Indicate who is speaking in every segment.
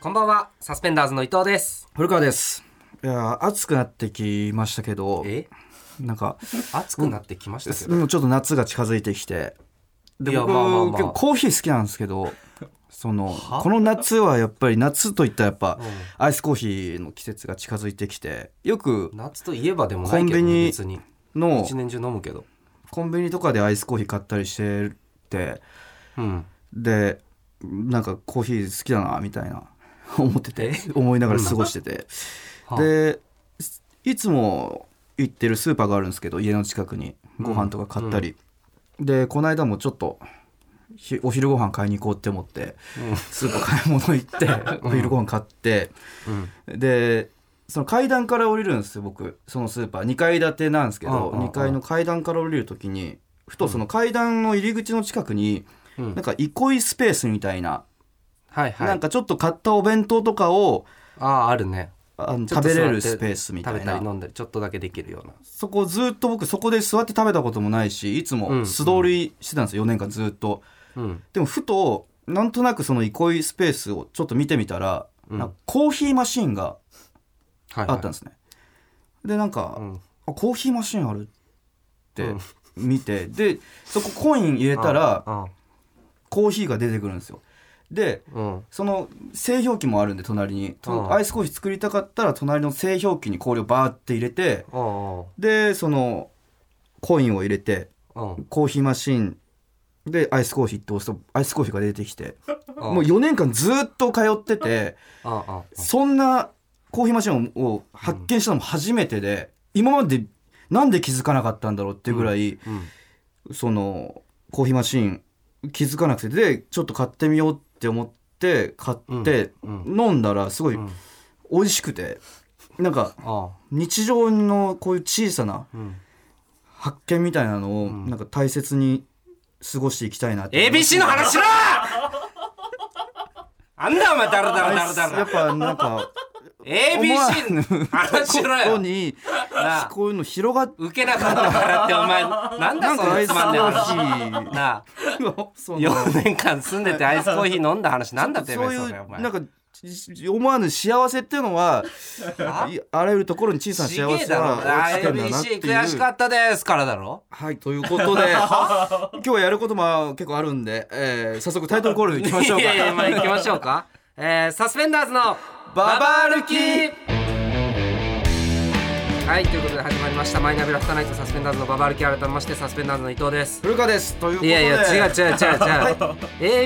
Speaker 1: こんばんは、サスペンダーズの伊藤です。
Speaker 2: 古川ですいや暑くなってきましたけど
Speaker 1: え、
Speaker 2: なんか
Speaker 1: 暑くなってきましたけど。
Speaker 2: もうちょっと夏が近づいてきてで
Speaker 1: いや
Speaker 2: 僕、
Speaker 1: まあまあまあ
Speaker 2: 結構コーヒー好きなんですけどその
Speaker 1: は
Speaker 2: この夏はやっぱり夏といったらやっぱ
Speaker 1: うん
Speaker 2: アイスコーヒーの季節が近づいてきてよく
Speaker 1: 夏といえばでもないけど、
Speaker 2: コンビニ
Speaker 1: 別に
Speaker 2: の
Speaker 1: 一年中飲むけど。
Speaker 2: コンビニとかでアイスコーヒー買ったりしてて
Speaker 1: うん。
Speaker 2: でなんかコーヒー好きだなみたいな 思ってて思いながら過ごしてて
Speaker 1: はあ、
Speaker 2: でいつも行ってるスーパーがあるんですけど家の近くにご飯とか買ったり、でこの間もちょっとひお昼ご飯買いに行こうって思ってスーパー買い物行って、お昼ご飯買って
Speaker 1: うん、うん、
Speaker 2: でその階段から降りるんですよ僕そのスーパー2階建てなんですけ
Speaker 1: うん
Speaker 2: ど、
Speaker 1: うんうん
Speaker 2: 2階の階段から降りる時にふとその階段の入り口の近く
Speaker 1: う
Speaker 2: に、
Speaker 1: ん
Speaker 2: なんか憩いスペースみたいな、
Speaker 1: はいはい。
Speaker 2: なんかちょっと買ったお弁当とかを
Speaker 1: ああ、あるね。
Speaker 2: あの
Speaker 1: ちょっと
Speaker 2: 食
Speaker 1: 座っ
Speaker 2: べ
Speaker 1: て
Speaker 2: れるスペースみた
Speaker 1: 食べ
Speaker 2: い
Speaker 1: た
Speaker 2: な
Speaker 1: り飲んだり、ちょっとだけできるような。
Speaker 2: そこずっと僕そこで座って食べたこともないしいつ
Speaker 1: う
Speaker 2: も
Speaker 1: ん
Speaker 2: 素通りしてたんですよ4年間ずっと
Speaker 1: うん。
Speaker 2: でもふとなんとなくその憩いスペースをちょっと見てみたら、
Speaker 1: うん
Speaker 2: なんかコーヒーマシンが
Speaker 1: はい、
Speaker 2: あ
Speaker 1: はい。
Speaker 2: ったんですね、でなんか、
Speaker 1: うん。
Speaker 2: あコーヒーマシンあるって
Speaker 1: うん
Speaker 2: 見て、でそこコイン入れたら
Speaker 1: あ
Speaker 2: コーヒーが出てくるんですよで
Speaker 1: あうん。
Speaker 2: その製氷機もあるんで隣に
Speaker 1: うん
Speaker 2: アイスコーヒー作りたかったら隣の製氷機に氷をバーって入れて
Speaker 1: ああ
Speaker 2: でそのコインを入れて
Speaker 1: うん。
Speaker 2: コーヒーマシンでアイスコーヒーって押すとアイスコーヒーが出てきて
Speaker 1: ああ
Speaker 2: もう4年間ずっと通ってて
Speaker 1: ああああ
Speaker 2: そんなコーヒーマシンを発見したのも初めてで今までなんで気づかなかったんだろうってぐらい
Speaker 1: うん。
Speaker 2: そのコーヒーマシン気づかなくてでちょっと買ってみようって思って買って
Speaker 1: うん
Speaker 2: 飲んだらすごい
Speaker 1: うん。
Speaker 2: 美味しくてなんか
Speaker 1: あ
Speaker 2: 日常のこういう小さな
Speaker 1: あ。うん。
Speaker 2: 発見みたいなのをなんか大切に過ごしていきたいなって思います
Speaker 1: ABC の話しろあんだお前だらだらだらだ
Speaker 2: や
Speaker 1: ら
Speaker 2: っぱな んか
Speaker 1: ABC の話しろ
Speaker 2: ここ
Speaker 1: よ
Speaker 2: に
Speaker 1: なあ
Speaker 2: こういうの広がっ
Speaker 1: 受けなかったからってお前なん
Speaker 2: な
Speaker 1: だ
Speaker 2: ん
Speaker 1: そん
Speaker 2: かア
Speaker 1: な
Speaker 2: イ
Speaker 1: つ
Speaker 2: スコ
Speaker 1: まんねえ話
Speaker 2: ーヒ
Speaker 1: なあ
Speaker 2: ーを その
Speaker 1: 4年間住んでてアイスコーヒー飲んだ話なんだって
Speaker 2: そうい
Speaker 1: お
Speaker 2: う
Speaker 1: 前お前
Speaker 2: なんか思わぬ幸せっていうのは
Speaker 1: あ
Speaker 2: いあらゆるところに小さな
Speaker 1: ち
Speaker 2: 幸
Speaker 1: げえ
Speaker 2: せ
Speaker 1: だろ
Speaker 2: が落ちてんだなって
Speaker 1: ABC 悔し
Speaker 2: いう
Speaker 1: か。ったですからだろ
Speaker 2: はいというこ とで今日はやることも結構あるんで、えー早速タイトルコールいきましょう
Speaker 1: いやいやまあ
Speaker 2: か。
Speaker 1: 行きましょうかえーサスペンダーズのババ歩きはいということで始まりましたマイナビラフターナイトサスペンダーズのババ歩き改めましてサスペンダーズの伊藤です
Speaker 2: 古川ですということ
Speaker 1: い
Speaker 2: で。
Speaker 1: やいや違う違う違う違う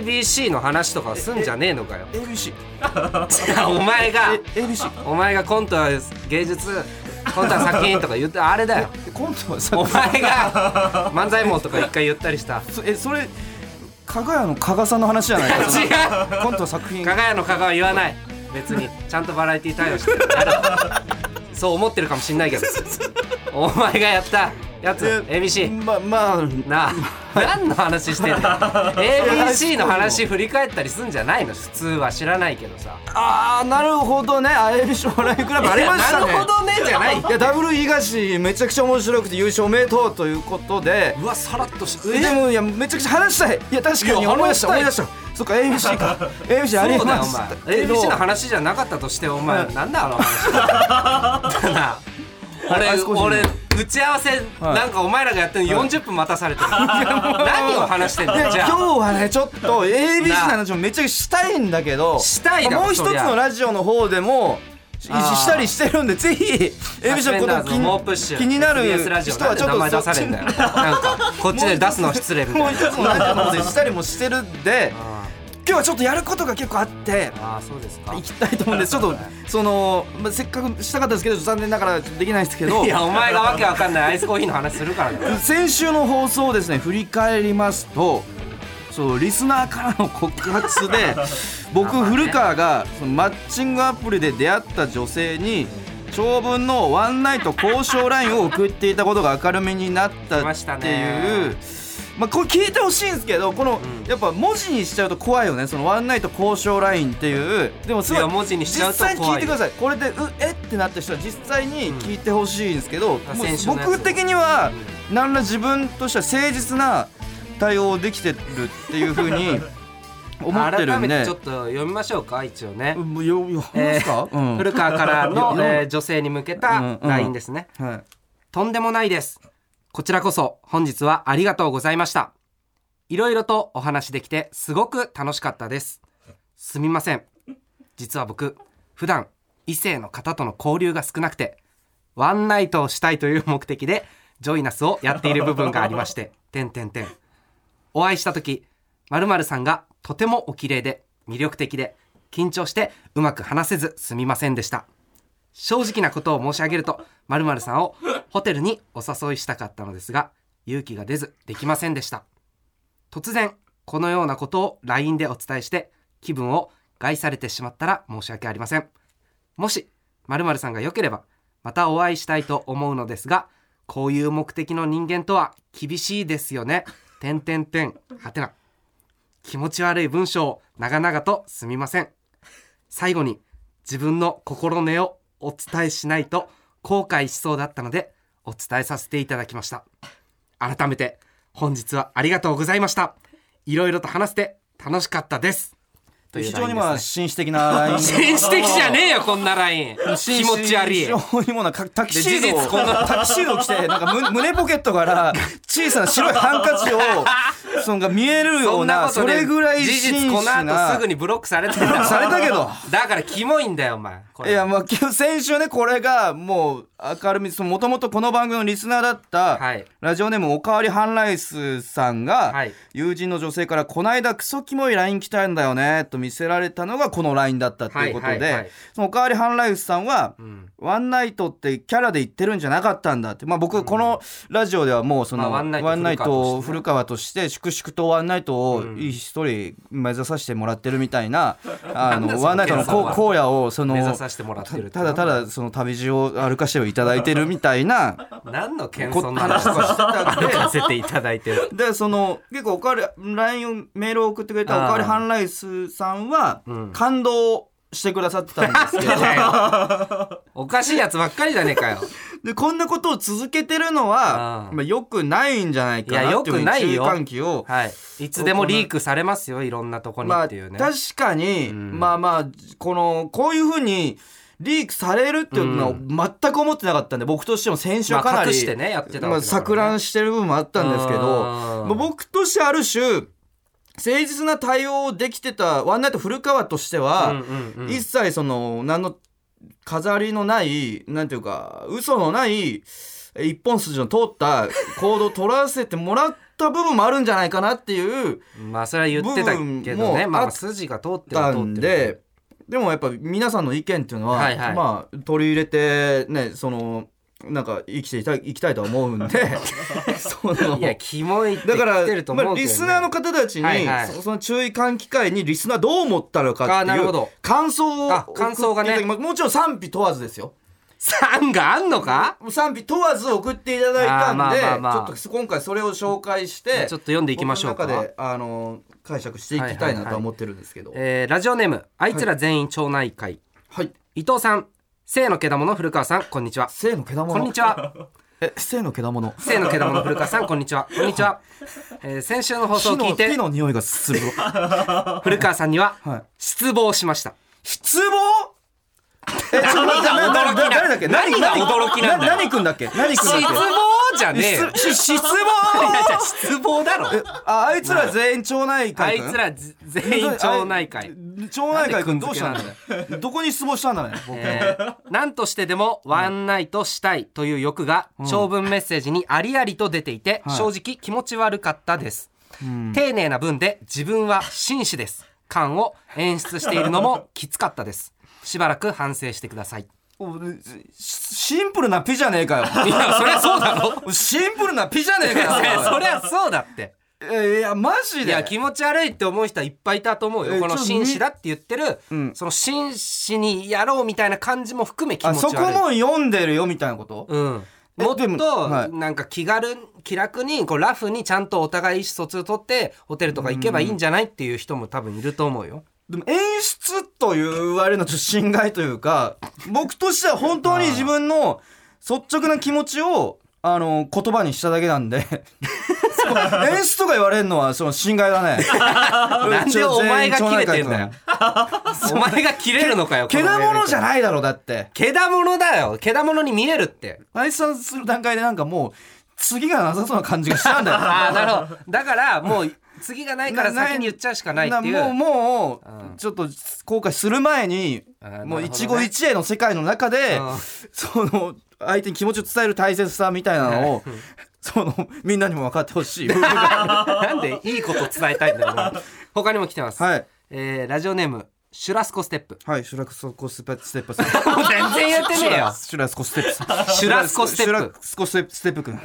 Speaker 1: ABC の話とかすんじゃねえのかよ
Speaker 2: ABC
Speaker 1: いやお前が
Speaker 2: え ABC
Speaker 1: お前がコントは芸術コントは作品とか言ってあれだよ
Speaker 2: えコントはさ
Speaker 1: お前が漫才もとか一回言ったりした
Speaker 2: そえそれ加賀屋の加賀さんの話じゃないで す
Speaker 1: 違
Speaker 2: か
Speaker 1: う
Speaker 2: コント作品
Speaker 1: 加賀屋の加賀は言わない別にちゃんとバラエティー対応してるやだそう思ってるかもしんないけどお前がやったやつ
Speaker 2: え
Speaker 1: ABC
Speaker 2: まあまあ
Speaker 1: なあ何の話してんの ABC の話振り返ったりすんじゃないの普通は知らないけどさ
Speaker 2: あーなるほどねあえびしょ笑いクラブありましたね
Speaker 1: なるほどねじゃない
Speaker 2: いやダブル東めちゃくちゃ面白くて優勝おめでとうということで
Speaker 1: うわさらっとし
Speaker 2: でもいやめちゃくちゃ話したいいや確か
Speaker 1: い
Speaker 2: に
Speaker 1: や
Speaker 2: 思い出した思い出
Speaker 1: 話
Speaker 2: したそっか ABC か ABC あり
Speaker 1: そうだよ
Speaker 2: ま
Speaker 1: お
Speaker 2: し
Speaker 1: 前
Speaker 2: たけど
Speaker 1: ABC の話じゃなかったとしてお前
Speaker 2: うん
Speaker 1: なんだあの話だな
Speaker 2: あ
Speaker 1: 俺
Speaker 2: 少し
Speaker 1: 俺打ち合わせなんかお前らがやってるの40分待たされてる 何を話してんだよ
Speaker 2: で
Speaker 1: じゃ
Speaker 2: 今
Speaker 1: あ
Speaker 2: 日はねちょっと ABC の
Speaker 1: な
Speaker 2: 話もめちゃくちゃしたいんだけど
Speaker 1: したいだろ
Speaker 2: もう一
Speaker 1: そ
Speaker 2: つ
Speaker 1: りゃ
Speaker 2: のラジオの方でもし
Speaker 1: あー
Speaker 2: したりしてるんでぜひ ABC の
Speaker 1: サ
Speaker 2: こ
Speaker 1: スペン
Speaker 2: と
Speaker 1: ダーズの猛プッシュ
Speaker 2: 気気になる
Speaker 1: SBS
Speaker 2: 人
Speaker 1: ラジオな
Speaker 2: は
Speaker 1: ん
Speaker 2: ち
Speaker 1: で
Speaker 2: ょ
Speaker 1: 名前出
Speaker 2: っとそ
Speaker 1: さ
Speaker 2: っち
Speaker 1: れんだよなんかこっちで出すのは失礼み
Speaker 2: も
Speaker 1: た
Speaker 2: う
Speaker 1: い
Speaker 2: 一
Speaker 1: な
Speaker 2: つのラジオの方でしたりもしてるんで
Speaker 1: あ
Speaker 2: 今日はちょっとやることが結構あって
Speaker 1: ーあーそうですか
Speaker 2: 行きたいと思うんですちょっとその、まあ、せっかくしたかったですけど残念ながらできないですけど
Speaker 1: いやお前がわけわかんないアイスコーヒーの話するからだよ
Speaker 2: 先週の放送をですね振り返りますとそうリスナーからの告 発で僕
Speaker 1: まあね
Speaker 2: 古川がそのマッチングアプリで出会った女性に長文のワンナイト交渉ラインを送っていたことが明るみになった
Speaker 1: 来ま
Speaker 2: っ
Speaker 1: したね
Speaker 2: ていう。まあ、これ聞いてほしいんですけどこの、
Speaker 1: うん
Speaker 2: やっぱ文字にしちゃうと怖いよねそのワンナイト交渉ラインっていうでもす
Speaker 1: い
Speaker 2: ごい
Speaker 1: や文字にしちゃう
Speaker 2: 実
Speaker 1: と
Speaker 2: 際に聞
Speaker 1: 怖
Speaker 2: い
Speaker 1: い
Speaker 2: てくださいこれでうえってなった人は実際に聞いてほしいんですけど、
Speaker 1: あ
Speaker 2: もう
Speaker 1: 先週のやつ
Speaker 2: 僕的には何ら自分としては誠実な対応できてるっていう風に思ってるん
Speaker 1: 改め
Speaker 2: で
Speaker 1: てちょっと読みましょうか一応ね、
Speaker 2: もうよよ
Speaker 1: え
Speaker 2: 話すか、
Speaker 1: ー
Speaker 2: うん
Speaker 1: 古川からの、
Speaker 2: いや
Speaker 1: えー女性に向け
Speaker 2: うん
Speaker 1: た
Speaker 2: うん
Speaker 1: LINE ですね、
Speaker 2: はい
Speaker 1: とんでもないですこちらこそ本日はありがとうございましたいろいろとお話できてすごく楽しかったですすみません実は僕普段異性の方との交流が少なくてワンナイトをしたいという目的でジョイナスをやっている部分がありまして 点点点お会いした時〇〇さんがとてもお綺麗で魅力的で緊張してうまく話せずすみませんでした正直なことを申し上げると〇〇さんをホテルにお誘いしたかったのですが勇気が出ずできませんでした突然このようなことを LINE でお伝えして気分を害されてしまったら申し訳ありませんもし〇〇さんが良ければまたお会いしたいと思うのですがこういう目的の人間とは厳しいですよね点点点はてな気持ち悪い文章を長々とすみません最後に自分の心根をお伝えしないと後悔しそうだったのでお伝えさせていただきました改めて本日はありがとうございましたいろいろと話せて楽しかったですという
Speaker 2: 非常に
Speaker 1: LINE
Speaker 2: まあ
Speaker 1: ですね
Speaker 2: 紳士的な LINE
Speaker 1: 紳士的じゃねえよこんなライン気持ち悪い
Speaker 2: 非常にもうなんかタキシード
Speaker 1: で事
Speaker 2: を
Speaker 1: 実こんな
Speaker 2: タキシードを着てなんかむ胸ポケットから小さな白いハンカチをそのが見えるよ
Speaker 1: そ
Speaker 2: うん
Speaker 1: な
Speaker 2: な
Speaker 1: こと
Speaker 2: そ
Speaker 1: で
Speaker 2: れぐらい
Speaker 1: 事
Speaker 2: 紳士
Speaker 1: 実この後
Speaker 2: な
Speaker 1: すぐにブロックされてた
Speaker 2: されたけど
Speaker 1: だからキモいんだよお前これ
Speaker 2: いやまあきゅ 先週ねこれがもう明るみもともとこの番組のリスナーだった、
Speaker 1: はい
Speaker 2: ラジオネームおかわりハンライスさんが、
Speaker 1: はい
Speaker 2: 友人の女性から「こないだクソキモい LINE 来たんだよね」と見せられたのがこの LINE だったということで、
Speaker 1: はいはいはい
Speaker 2: そのおかわりハンライスさんは、
Speaker 1: うん
Speaker 2: ワンナイトってキャラで言ってるんじゃなかったんだって、まあ、僕このラジオではもうその、
Speaker 1: まあワンナイト
Speaker 2: ワンナイトを古川として粛々とワンナイトをいい一人目指させてもらってるみたいな、
Speaker 1: な
Speaker 2: あ
Speaker 1: んだ
Speaker 2: の
Speaker 1: その
Speaker 2: ワンナイトのこ
Speaker 1: 計算は
Speaker 2: う荒野をその
Speaker 1: 目指させてもらってるって
Speaker 2: ただただその旅路を歩かせていただいてるみた いな
Speaker 1: 何の謙
Speaker 2: こ
Speaker 1: 遜な
Speaker 2: 話
Speaker 1: 話を聞
Speaker 2: とかしてた
Speaker 1: か
Speaker 2: んで。
Speaker 1: せていただいてる
Speaker 2: でその結構おかわり LINE をメールを送ってくれたおかわりハンライスさんは
Speaker 1: うん
Speaker 2: 感動してくださってたんです けど
Speaker 1: おかしいやつばっかりじゃねえかよ
Speaker 2: でこんなことを続けてるのは
Speaker 1: うん
Speaker 2: まあ、よくないんじゃないか
Speaker 1: いや
Speaker 2: な
Speaker 1: 良
Speaker 2: っていう
Speaker 1: くないよ
Speaker 2: 注意喚起を、
Speaker 1: はいいつでもリークされますよいろんなとこにっ
Speaker 2: まあ、
Speaker 1: ていう
Speaker 2: 確
Speaker 1: ね、
Speaker 2: かに、
Speaker 1: ん
Speaker 2: まあまあこのこういうふうにリークされるっていうのは全く思ってなかったんで僕としても先週はかな
Speaker 1: まあ
Speaker 2: り、
Speaker 1: 隠してねやってた
Speaker 2: ま
Speaker 1: わ
Speaker 2: あ
Speaker 1: けだか
Speaker 2: 錯
Speaker 1: らね
Speaker 2: 乱してる部分もあったんですけど、
Speaker 1: うん
Speaker 2: まあ、僕としてある種誠実な対応できてたワンナイト古川としては、
Speaker 1: うんうんうん
Speaker 2: 一切その何の飾りのないなんていうか嘘のないえ一本筋の通った行動を取らせてもらった部分もあるんじゃないかなっていう
Speaker 1: まあそれは言ってたけ
Speaker 2: 部
Speaker 1: どね
Speaker 2: 分も
Speaker 1: ま
Speaker 2: あ
Speaker 1: あ
Speaker 2: っ
Speaker 1: 筋が通ってる
Speaker 2: た
Speaker 1: は通
Speaker 2: ん
Speaker 1: ってる
Speaker 2: ででもやっぱ皆さんの意見っていうのは、
Speaker 1: はいはい
Speaker 2: まあ取り入れてねそのなんか生きていたいきたいとは思うん でその
Speaker 1: いやキモいって
Speaker 2: だ
Speaker 1: 言
Speaker 2: から、
Speaker 1: ってると思うけ
Speaker 2: ま
Speaker 1: ど、
Speaker 2: あ、
Speaker 1: ね
Speaker 2: リスナーの方たちに、
Speaker 1: はいはい
Speaker 2: そその注意喚起会にリスナーどう思ったのか
Speaker 1: あー
Speaker 2: って
Speaker 1: ないるほ
Speaker 2: う
Speaker 1: ど
Speaker 2: 感想を
Speaker 1: あ感想がね
Speaker 2: 送っていただきまもちろん賛否問わずですよ
Speaker 1: 3があんのか
Speaker 2: 賛否問わず送っていただいたんで、
Speaker 1: あーまあまあまあ
Speaker 2: ちょっと今回それを紹介して
Speaker 1: ちょっと読んでいきましょうか
Speaker 2: 僕の中であの解釈していきたいなとは思ってるんですけどはい、
Speaker 1: えーラジオネームあいつら全員町内会、伊藤さん性のけだもの古川さんこんにちは
Speaker 2: 性の毛玉
Speaker 1: こんにちは
Speaker 2: え性の毛玉の
Speaker 1: 性のけだもの古川さんこんにちはこんにち は、えー先週の放送を
Speaker 2: 木
Speaker 1: 聞
Speaker 2: の
Speaker 1: いて
Speaker 2: 手の匂いがす る
Speaker 1: 古川さんには
Speaker 2: はい
Speaker 1: 失望しました、
Speaker 2: 失望えちょっと待っ て
Speaker 1: 何が驚きな何が驚きな
Speaker 2: 誰だっけ
Speaker 1: んだよ
Speaker 2: 何くんだっけ何くんだ
Speaker 1: 失
Speaker 2: っけ
Speaker 1: 望じゃねえよ
Speaker 2: 失 失望
Speaker 1: いやじゃあ失望だろ
Speaker 2: ああいつら全員町内
Speaker 1: あ
Speaker 2: 会
Speaker 1: い
Speaker 2: 君
Speaker 1: つらぜ全員町内会
Speaker 2: 町内会君どうしたんだねどこに失望したんだね僕
Speaker 1: えー何としてでもワンナイトしたいという欲が長文メッセージにありありと出ていて
Speaker 2: はい
Speaker 1: 正直気持ち悪かったです、
Speaker 2: ん
Speaker 1: 丁寧な分で自分は紳士です感を演出しているのもきつかったですしばらく反省してください
Speaker 2: おしシンプルなピじゃねえか
Speaker 1: いやそりゃそうだろ
Speaker 2: よシンプルなピじゃねえ
Speaker 1: い
Speaker 2: かよ
Speaker 1: や そ
Speaker 2: おい
Speaker 1: りゃそうだって
Speaker 2: えいやマジ
Speaker 1: い
Speaker 2: で
Speaker 1: や気持ち悪いって思う人はいっぱいいたと思う
Speaker 2: え
Speaker 1: よこ
Speaker 2: ち
Speaker 1: の
Speaker 2: ょっと
Speaker 1: 紳士だって言ってる、
Speaker 2: うん
Speaker 1: その紳士にやろうみたいな感じも含め気持
Speaker 2: あ
Speaker 1: ち
Speaker 2: そ
Speaker 1: 悪い
Speaker 2: こも読んでるよみたいなこと
Speaker 1: うん、
Speaker 2: え
Speaker 1: もっ
Speaker 2: でもは
Speaker 1: と
Speaker 2: い
Speaker 1: なんか気軽に気楽にこうラフにちゃんとお互い意思疎通取ってホテルとか行けばいいんじゃないっていう人も多分いると思うよ。
Speaker 2: でも演出と言われるのはちょっと侵害というか僕としては本当に自 分の率直な気持ちをあの言葉にしただけなんで演出とか言われるのはその侵害だね
Speaker 1: なんでお前が切れてんだよ
Speaker 2: ちょ
Speaker 1: お前が切れるのかよ
Speaker 2: 全員
Speaker 1: こ
Speaker 2: 腸内科行くのよ
Speaker 1: の
Speaker 2: 獣じゃないだろだって
Speaker 1: 毛だものだよ毛だものに見えるって
Speaker 2: あいつさんする段階でなんかもう次がなさそうな感じがしたんだよ
Speaker 1: ああなるほど だからもう次がないから先に言っちゃうしかないってい
Speaker 2: なもう
Speaker 1: う
Speaker 2: も
Speaker 1: うん
Speaker 2: うちょっと後悔する前に
Speaker 1: あー
Speaker 2: も
Speaker 1: なる
Speaker 2: う
Speaker 1: ほ
Speaker 2: 一
Speaker 1: どね
Speaker 2: 期一会の世界の中で
Speaker 1: うん
Speaker 2: その相手に気持ちを伝える大切さみたいなのをそのみんなにも分かって ほしいは
Speaker 1: なんでいいこと伝えたいんだよお前 他にも来てます、
Speaker 2: い
Speaker 1: えーラジオネームシュラスコステップ
Speaker 2: はいシュラクソコステップステップさん
Speaker 1: 全然言ってねえよ
Speaker 2: シュラスコステップさん
Speaker 1: シュラスコステップ
Speaker 2: シュラスコステップステップくん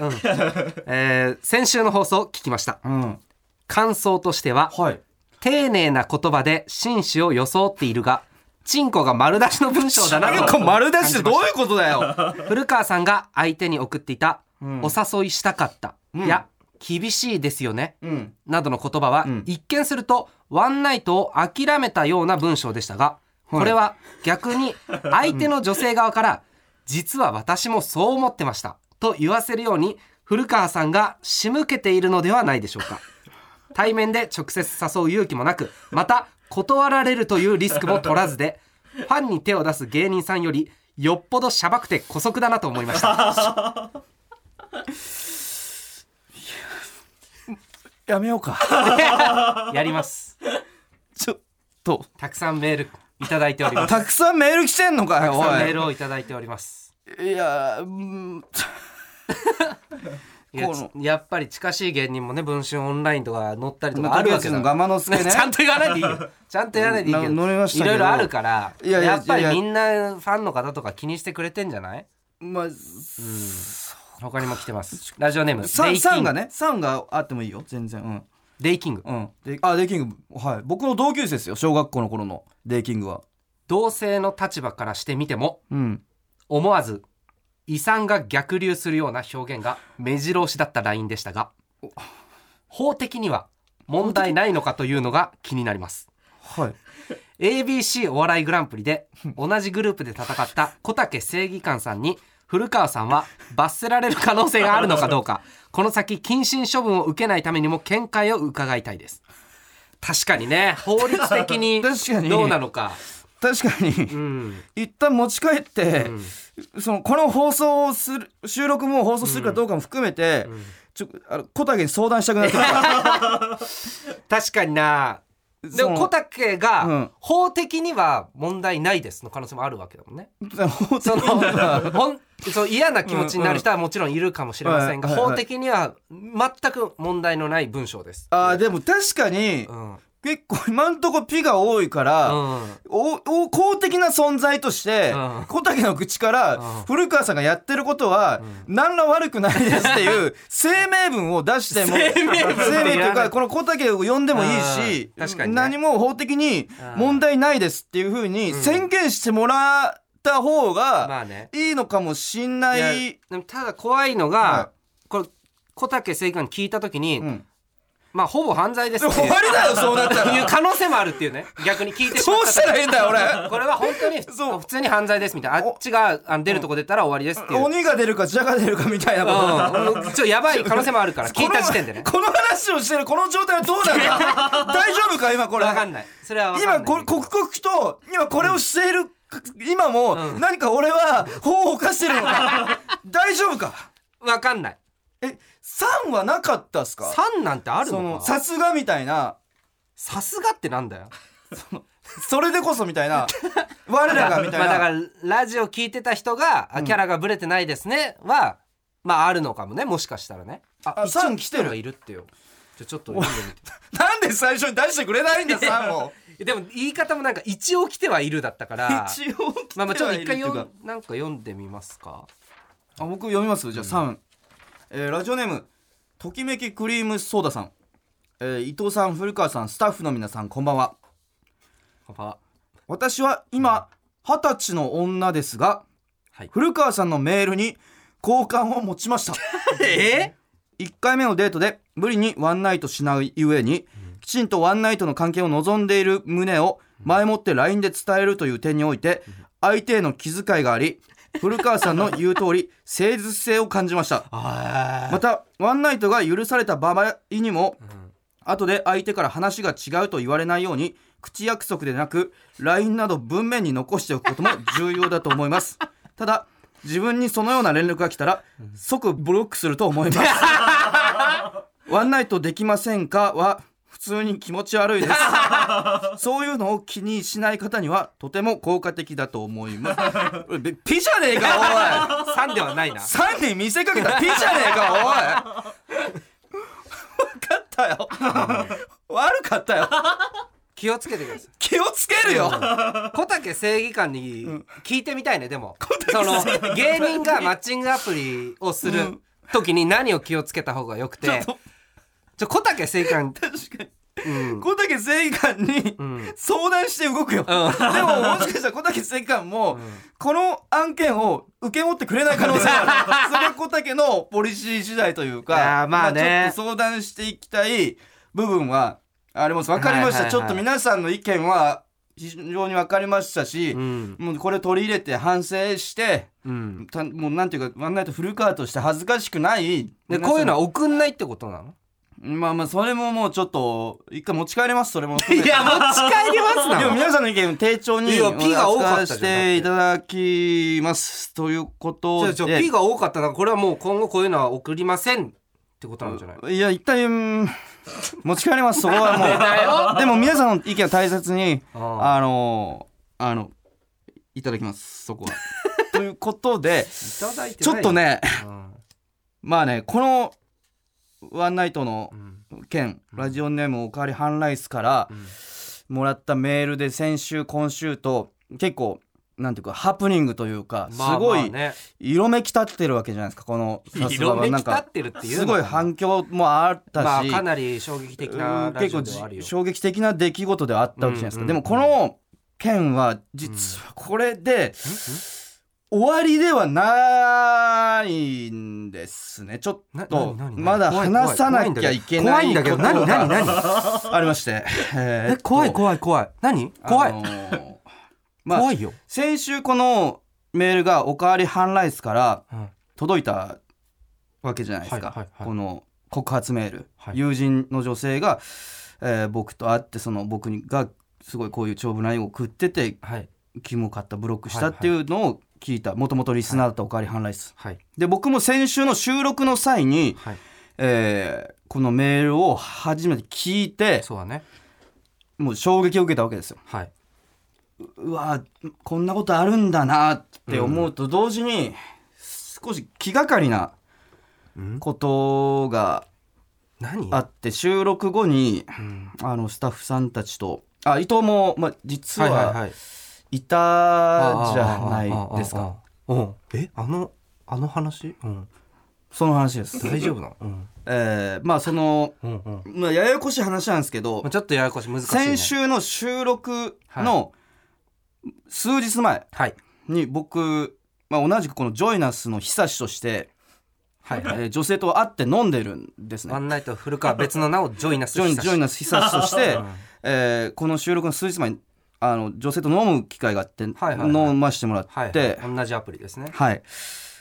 Speaker 1: えー先週の放送聞きました
Speaker 2: うん
Speaker 1: 感想としては
Speaker 2: はい
Speaker 1: 丁寧な言葉で紳士を装っているがチンコが丸出しの文章だな
Speaker 2: なん
Speaker 1: と
Speaker 2: か丸出しってどういうことだよ
Speaker 1: 古川さんが相手に送っていた「
Speaker 2: ん
Speaker 1: お誘いしたかった」
Speaker 2: ん
Speaker 1: や「厳しいですよね」
Speaker 2: うん
Speaker 1: などの言葉は、
Speaker 2: ん
Speaker 1: 一見するとワンナイトを諦めたような文章でしたが、これは逆に相手の女性側から「実は私もそう思ってました」と言わせるように古川さんが仕向けているのではないでしょうか。対面で直接誘う勇気もなくまた断られるというリスクも取らずでファンに手を出す芸人さんよりよっぽどしゃばくて姑息だなと思いました
Speaker 2: やめようか
Speaker 1: やります
Speaker 2: ちょっと
Speaker 1: たくさんメールいただいております
Speaker 2: たくさんメール来てんのかよ
Speaker 1: たくさんメ
Speaker 2: お
Speaker 1: ールをいただいております
Speaker 2: いいやうん
Speaker 1: いや
Speaker 2: この
Speaker 1: ちやっぱり近しい芸人もね文春オンラインとか載ったりとかあるわけだ
Speaker 2: のガマの
Speaker 1: ち
Speaker 2: 助ね
Speaker 1: ゃんと言わないでいいよちゃんと言わないでいいけ
Speaker 2: な乗りま
Speaker 1: ど
Speaker 2: した
Speaker 1: い
Speaker 2: けど
Speaker 1: ろいろあるから
Speaker 2: いやいや
Speaker 1: やっぱ
Speaker 2: い
Speaker 1: り
Speaker 2: やい
Speaker 1: みん
Speaker 2: や
Speaker 1: なファンの方とか気にしてくれてんじゃない
Speaker 2: まあ
Speaker 1: 他にも来てますラジオネーム
Speaker 2: サ
Speaker 1: デ
Speaker 2: ン
Speaker 1: イキ
Speaker 2: サン
Speaker 1: ン
Speaker 2: が
Speaker 1: グ、
Speaker 2: ねサンがあってもいいよ全然うん
Speaker 1: デイキング
Speaker 2: うんであデイキングはい僕の同級生ですよ小学校の頃のデイキングは
Speaker 1: 同性の立場からしてみても
Speaker 2: うん
Speaker 1: 思わず遺産が逆流するような表現が目白押しだったラインでしたが法的には問題ないのかというのが気になります
Speaker 2: はい
Speaker 1: ABC お笑いグランプリで同じグループで戦った小竹正義感さんに古川さんは罰せられる可能性があるのかどうかこの先謹慎処分を受けないためにも見解を伺いたいです確かにね法律的に
Speaker 2: 確かに
Speaker 1: どうなのか
Speaker 2: 確かに
Speaker 1: うん
Speaker 2: 一旦持ち帰って、そのこの放送をする収録も放送するかどうかも含めて、ちょあの小竹に相談したくなって
Speaker 1: 確かにな でも
Speaker 2: その
Speaker 1: 小竹
Speaker 2: う
Speaker 1: が
Speaker 2: ん
Speaker 1: 法的には問題ないですの可能性もあるわけだもんね
Speaker 2: 放
Speaker 1: そ
Speaker 2: 送
Speaker 1: の ほんそう嫌な気持ちになる人はもちろんいるかもしれませんが
Speaker 2: うんうん
Speaker 1: 法的には全く問題のない文章です
Speaker 2: あーでも確かに、
Speaker 1: うん
Speaker 2: 結構今んとこピが多いから、
Speaker 1: うん
Speaker 2: おお公的な存在として、
Speaker 1: うん
Speaker 2: 小竹の口から、
Speaker 1: うん
Speaker 2: 古川さんがやってることは、何ら悪くないですっていう 声明文を出しても
Speaker 1: 声明文って
Speaker 2: 声明という
Speaker 1: いらない
Speaker 2: かこの小竹を呼んでもいいし
Speaker 1: うん、確かにね
Speaker 2: 何も法的に問題ないですっていうふうに
Speaker 1: うん
Speaker 2: 宣言してもらった方
Speaker 1: ま
Speaker 2: が
Speaker 1: あね
Speaker 2: いいのかもしんない
Speaker 1: や
Speaker 2: い。
Speaker 1: でもただ怖いのが、
Speaker 2: は
Speaker 1: これ小竹正義官に聞いた時に、
Speaker 2: うん
Speaker 1: まあほぼ犯罪ですってい
Speaker 2: 終
Speaker 1: う
Speaker 2: わりだよそうなった ら
Speaker 1: いう可能性もあるっていうね逆に聞いてしま
Speaker 2: ど
Speaker 1: っ
Speaker 2: う
Speaker 1: た
Speaker 2: したらいいんだよ
Speaker 1: ら
Speaker 2: 俺
Speaker 1: これは本当に
Speaker 2: そう
Speaker 1: 普通に犯罪ですみたいなあっちがあの出るとこ出たら終わりですっていう、うん
Speaker 2: 鬼が出るか蛇が出るかみたいなこと
Speaker 1: ちょっとやばい可能性もある から聞いた時点でね
Speaker 2: このこの話をしてるこの状態はどうなん だ大丈夫か今これ
Speaker 1: 分かんないそれは分かん
Speaker 2: 今
Speaker 1: ない
Speaker 2: こ刻々と今これをしている、今も
Speaker 1: うん
Speaker 2: 何か俺は法を犯してるの か大丈夫か
Speaker 1: 分かんない
Speaker 2: え3はなかったっすか
Speaker 1: 3なんてある
Speaker 2: そ
Speaker 1: の
Speaker 2: の
Speaker 1: か
Speaker 2: さすがみたいな
Speaker 1: さすがってなんだよ
Speaker 2: それでこそみた いな我らがみたい
Speaker 1: まあ、だ
Speaker 2: な、
Speaker 1: からラジオ聞いてた人が「あキャラがブレてないですね」はまああるのかもねもしかしたらねあ
Speaker 2: あ
Speaker 1: 一応
Speaker 2: 3来てる
Speaker 1: 人がいるってよじゃあちょっと読んでみて
Speaker 2: なんで最初に出してくれないん だ3を
Speaker 1: でも言い方もなんか「一応来てはいる」だったから
Speaker 2: 一応来て
Speaker 1: まあまあちょっ
Speaker 2: は
Speaker 1: と
Speaker 2: いる
Speaker 1: 一回
Speaker 2: っていう
Speaker 1: 読
Speaker 2: か
Speaker 1: んなんか読んでみますか
Speaker 2: あ僕読みますじゃあ3、えーラジオネームときめきクリームソーダさん、えー伊藤さん古川さんスタッフの皆さんこんばんは
Speaker 1: パパ
Speaker 2: 私は今二十歳の女ですが、
Speaker 1: はい
Speaker 2: 古川さんのメールに好感を持ちました
Speaker 1: え
Speaker 2: 1回目のデートで無理にワンナイトしない上にきちんとワンナイトの関係を望んでいる旨を前もって LINE で伝えるという点において相手への気遣いがあり古川さんの言う通り誠実性を感じました
Speaker 1: あ
Speaker 2: またワンナイトが許された場合にも後で相手から話が違うと言われないように口約束でなく LINE など文面に残しておくことも重要だと思いますただ自分にそのような連絡が来たら即ブロックすると思いますワンナイトできませんかは普通に気持ち悪いですそういうのを気にしない方にはとても効果的だと思いますべピじゃねえかおい
Speaker 1: 3ではないな
Speaker 2: 3人見せかけたピじゃねえかおい分かったよ悪かったよ
Speaker 1: 気をつけてください
Speaker 2: 気をつけるよ
Speaker 1: 小竹正義感に聞いてみたいねでもその芸人がマッチングアプリをする時に何を気をつけた方がよくて
Speaker 2: ちょっと
Speaker 1: ちょ小竹正義感
Speaker 2: 確かに
Speaker 1: うん
Speaker 2: 小竹正義感に
Speaker 1: ん
Speaker 2: 相談して動くよ、でももしかしたら小竹正義感もこの案件を受け持ってくれない可能性があるそれは小竹のポリシー次第とい
Speaker 1: い
Speaker 2: う
Speaker 1: や
Speaker 2: か
Speaker 1: ーまあね
Speaker 2: ちょっと相談していきたい部分はあります分かりまし
Speaker 1: はいはい
Speaker 2: た、
Speaker 1: はい
Speaker 2: ちょっと皆さんの意見は非常に分かりましたし、
Speaker 1: うん
Speaker 2: もうこれ取り入れて反省して
Speaker 1: うん
Speaker 2: たもうなんていうかワンナイトフルカーとして恥ずかしくない
Speaker 1: でこういうの
Speaker 2: は
Speaker 1: は送んないってことなの
Speaker 2: まあまあそれももうちょっと一回持ち帰れますそれも い
Speaker 1: いや持ち帰りますな
Speaker 2: でも皆さんの意見を丁重に
Speaker 1: いや P が多かったじゃん
Speaker 2: 扱わせていただきますということ
Speaker 1: ち
Speaker 2: で
Speaker 1: ょちょ P が多かったらこれはもう今後こういうのは送りませんってことなんじゃない
Speaker 2: いや一旦うん持ち帰りますそこはもうでも皆さんの意見を大切に
Speaker 1: あ
Speaker 2: あのあのいただきます そこはということで
Speaker 1: ーいただいて
Speaker 2: ちょ
Speaker 1: な
Speaker 2: っ
Speaker 1: い
Speaker 2: とね
Speaker 1: うん
Speaker 2: まあねこのワンナイトの
Speaker 1: うん
Speaker 2: 県ラジオネームおかわりハンライスから
Speaker 1: うん
Speaker 2: もらったメールで先週今週と結構なんていうかハプニングというかす
Speaker 1: まあ
Speaker 2: ご
Speaker 1: まあ
Speaker 2: い
Speaker 1: ね
Speaker 2: 色めき立ってるわけじゃないですかこのさすが
Speaker 1: 色
Speaker 2: は
Speaker 1: めき
Speaker 2: なん
Speaker 1: 立
Speaker 2: か
Speaker 1: ってるっていう
Speaker 2: す
Speaker 1: の
Speaker 2: ご
Speaker 1: か
Speaker 2: い
Speaker 1: な
Speaker 2: 反響もあった
Speaker 1: まあ
Speaker 2: し
Speaker 1: かなり衝撃的
Speaker 2: う
Speaker 1: なんラジオで
Speaker 2: 結
Speaker 1: はある
Speaker 2: 構
Speaker 1: よ
Speaker 2: じ衝撃的な出来事ではあったわけじゃないですか
Speaker 1: うん
Speaker 2: で
Speaker 1: うんうん
Speaker 2: もこの件は実はこれで終わりではないんですねちょっ
Speaker 1: な
Speaker 2: と
Speaker 1: なな
Speaker 2: まだ
Speaker 1: 怖い怖い
Speaker 2: 話さなきゃいけない
Speaker 1: 怖いんだけど
Speaker 2: ことが
Speaker 1: 何何何
Speaker 2: ありまして。えーっ
Speaker 1: え
Speaker 2: と
Speaker 1: 怖い怖い怖い何怖い、
Speaker 2: あのーまあ、
Speaker 1: 怖いよ、
Speaker 2: 先週このメールが「おかわりハンライス」から
Speaker 1: うん
Speaker 2: 届いたわけじゃないですか、
Speaker 1: はいはいはい
Speaker 2: この告発メール、
Speaker 1: はい
Speaker 2: 友人の女性が、えー僕と会ってその僕がすごいこういう長文内容を送ってて
Speaker 1: はい
Speaker 2: キモかったブロックしたっていうのを聞いたもともとリスナーだった「おかわりハンライス
Speaker 1: はい」
Speaker 2: で僕も先週の収録の際に、
Speaker 1: はい
Speaker 2: えーこのメールを初めて聞いて
Speaker 1: そうだね
Speaker 2: もう衝撃を受けたわけですよ
Speaker 1: はいう
Speaker 2: わこんなことあるんだなって思うと同時に少し気がかりなんことが
Speaker 1: 何
Speaker 2: あって収録後に
Speaker 1: うん
Speaker 2: あのスタッフさんたちとあ伊藤も、まあ、実
Speaker 1: はいはい
Speaker 2: は
Speaker 1: はい
Speaker 2: いたじゃないです
Speaker 1: あ
Speaker 2: か
Speaker 1: あああああうんえあのあの話うん
Speaker 2: その話です、
Speaker 1: 大丈夫なのうん
Speaker 2: えーまあその、
Speaker 1: うんうん
Speaker 2: まあ、ややこしい話なんですけど
Speaker 1: まあちょっとややこしい難しい、ね、
Speaker 2: 先週の収録の数日前
Speaker 1: はい
Speaker 2: に僕、まあ、同じくこのジョイナスの久しとして
Speaker 1: はい
Speaker 2: えー女性と会って飲んでるんです
Speaker 1: ワ
Speaker 2: ね。
Speaker 1: ンナイト古川別の名をジョイナス
Speaker 2: ジョイ
Speaker 1: 久
Speaker 2: ジョイ
Speaker 1: ナ
Speaker 2: ナス久しとして、
Speaker 1: うん
Speaker 2: えーこの収録の数日前にあの女性と飲む機会があって、
Speaker 1: はいはいはい
Speaker 2: 飲ましてもらって、
Speaker 1: はい、
Speaker 2: はい
Speaker 1: 同じアプリですね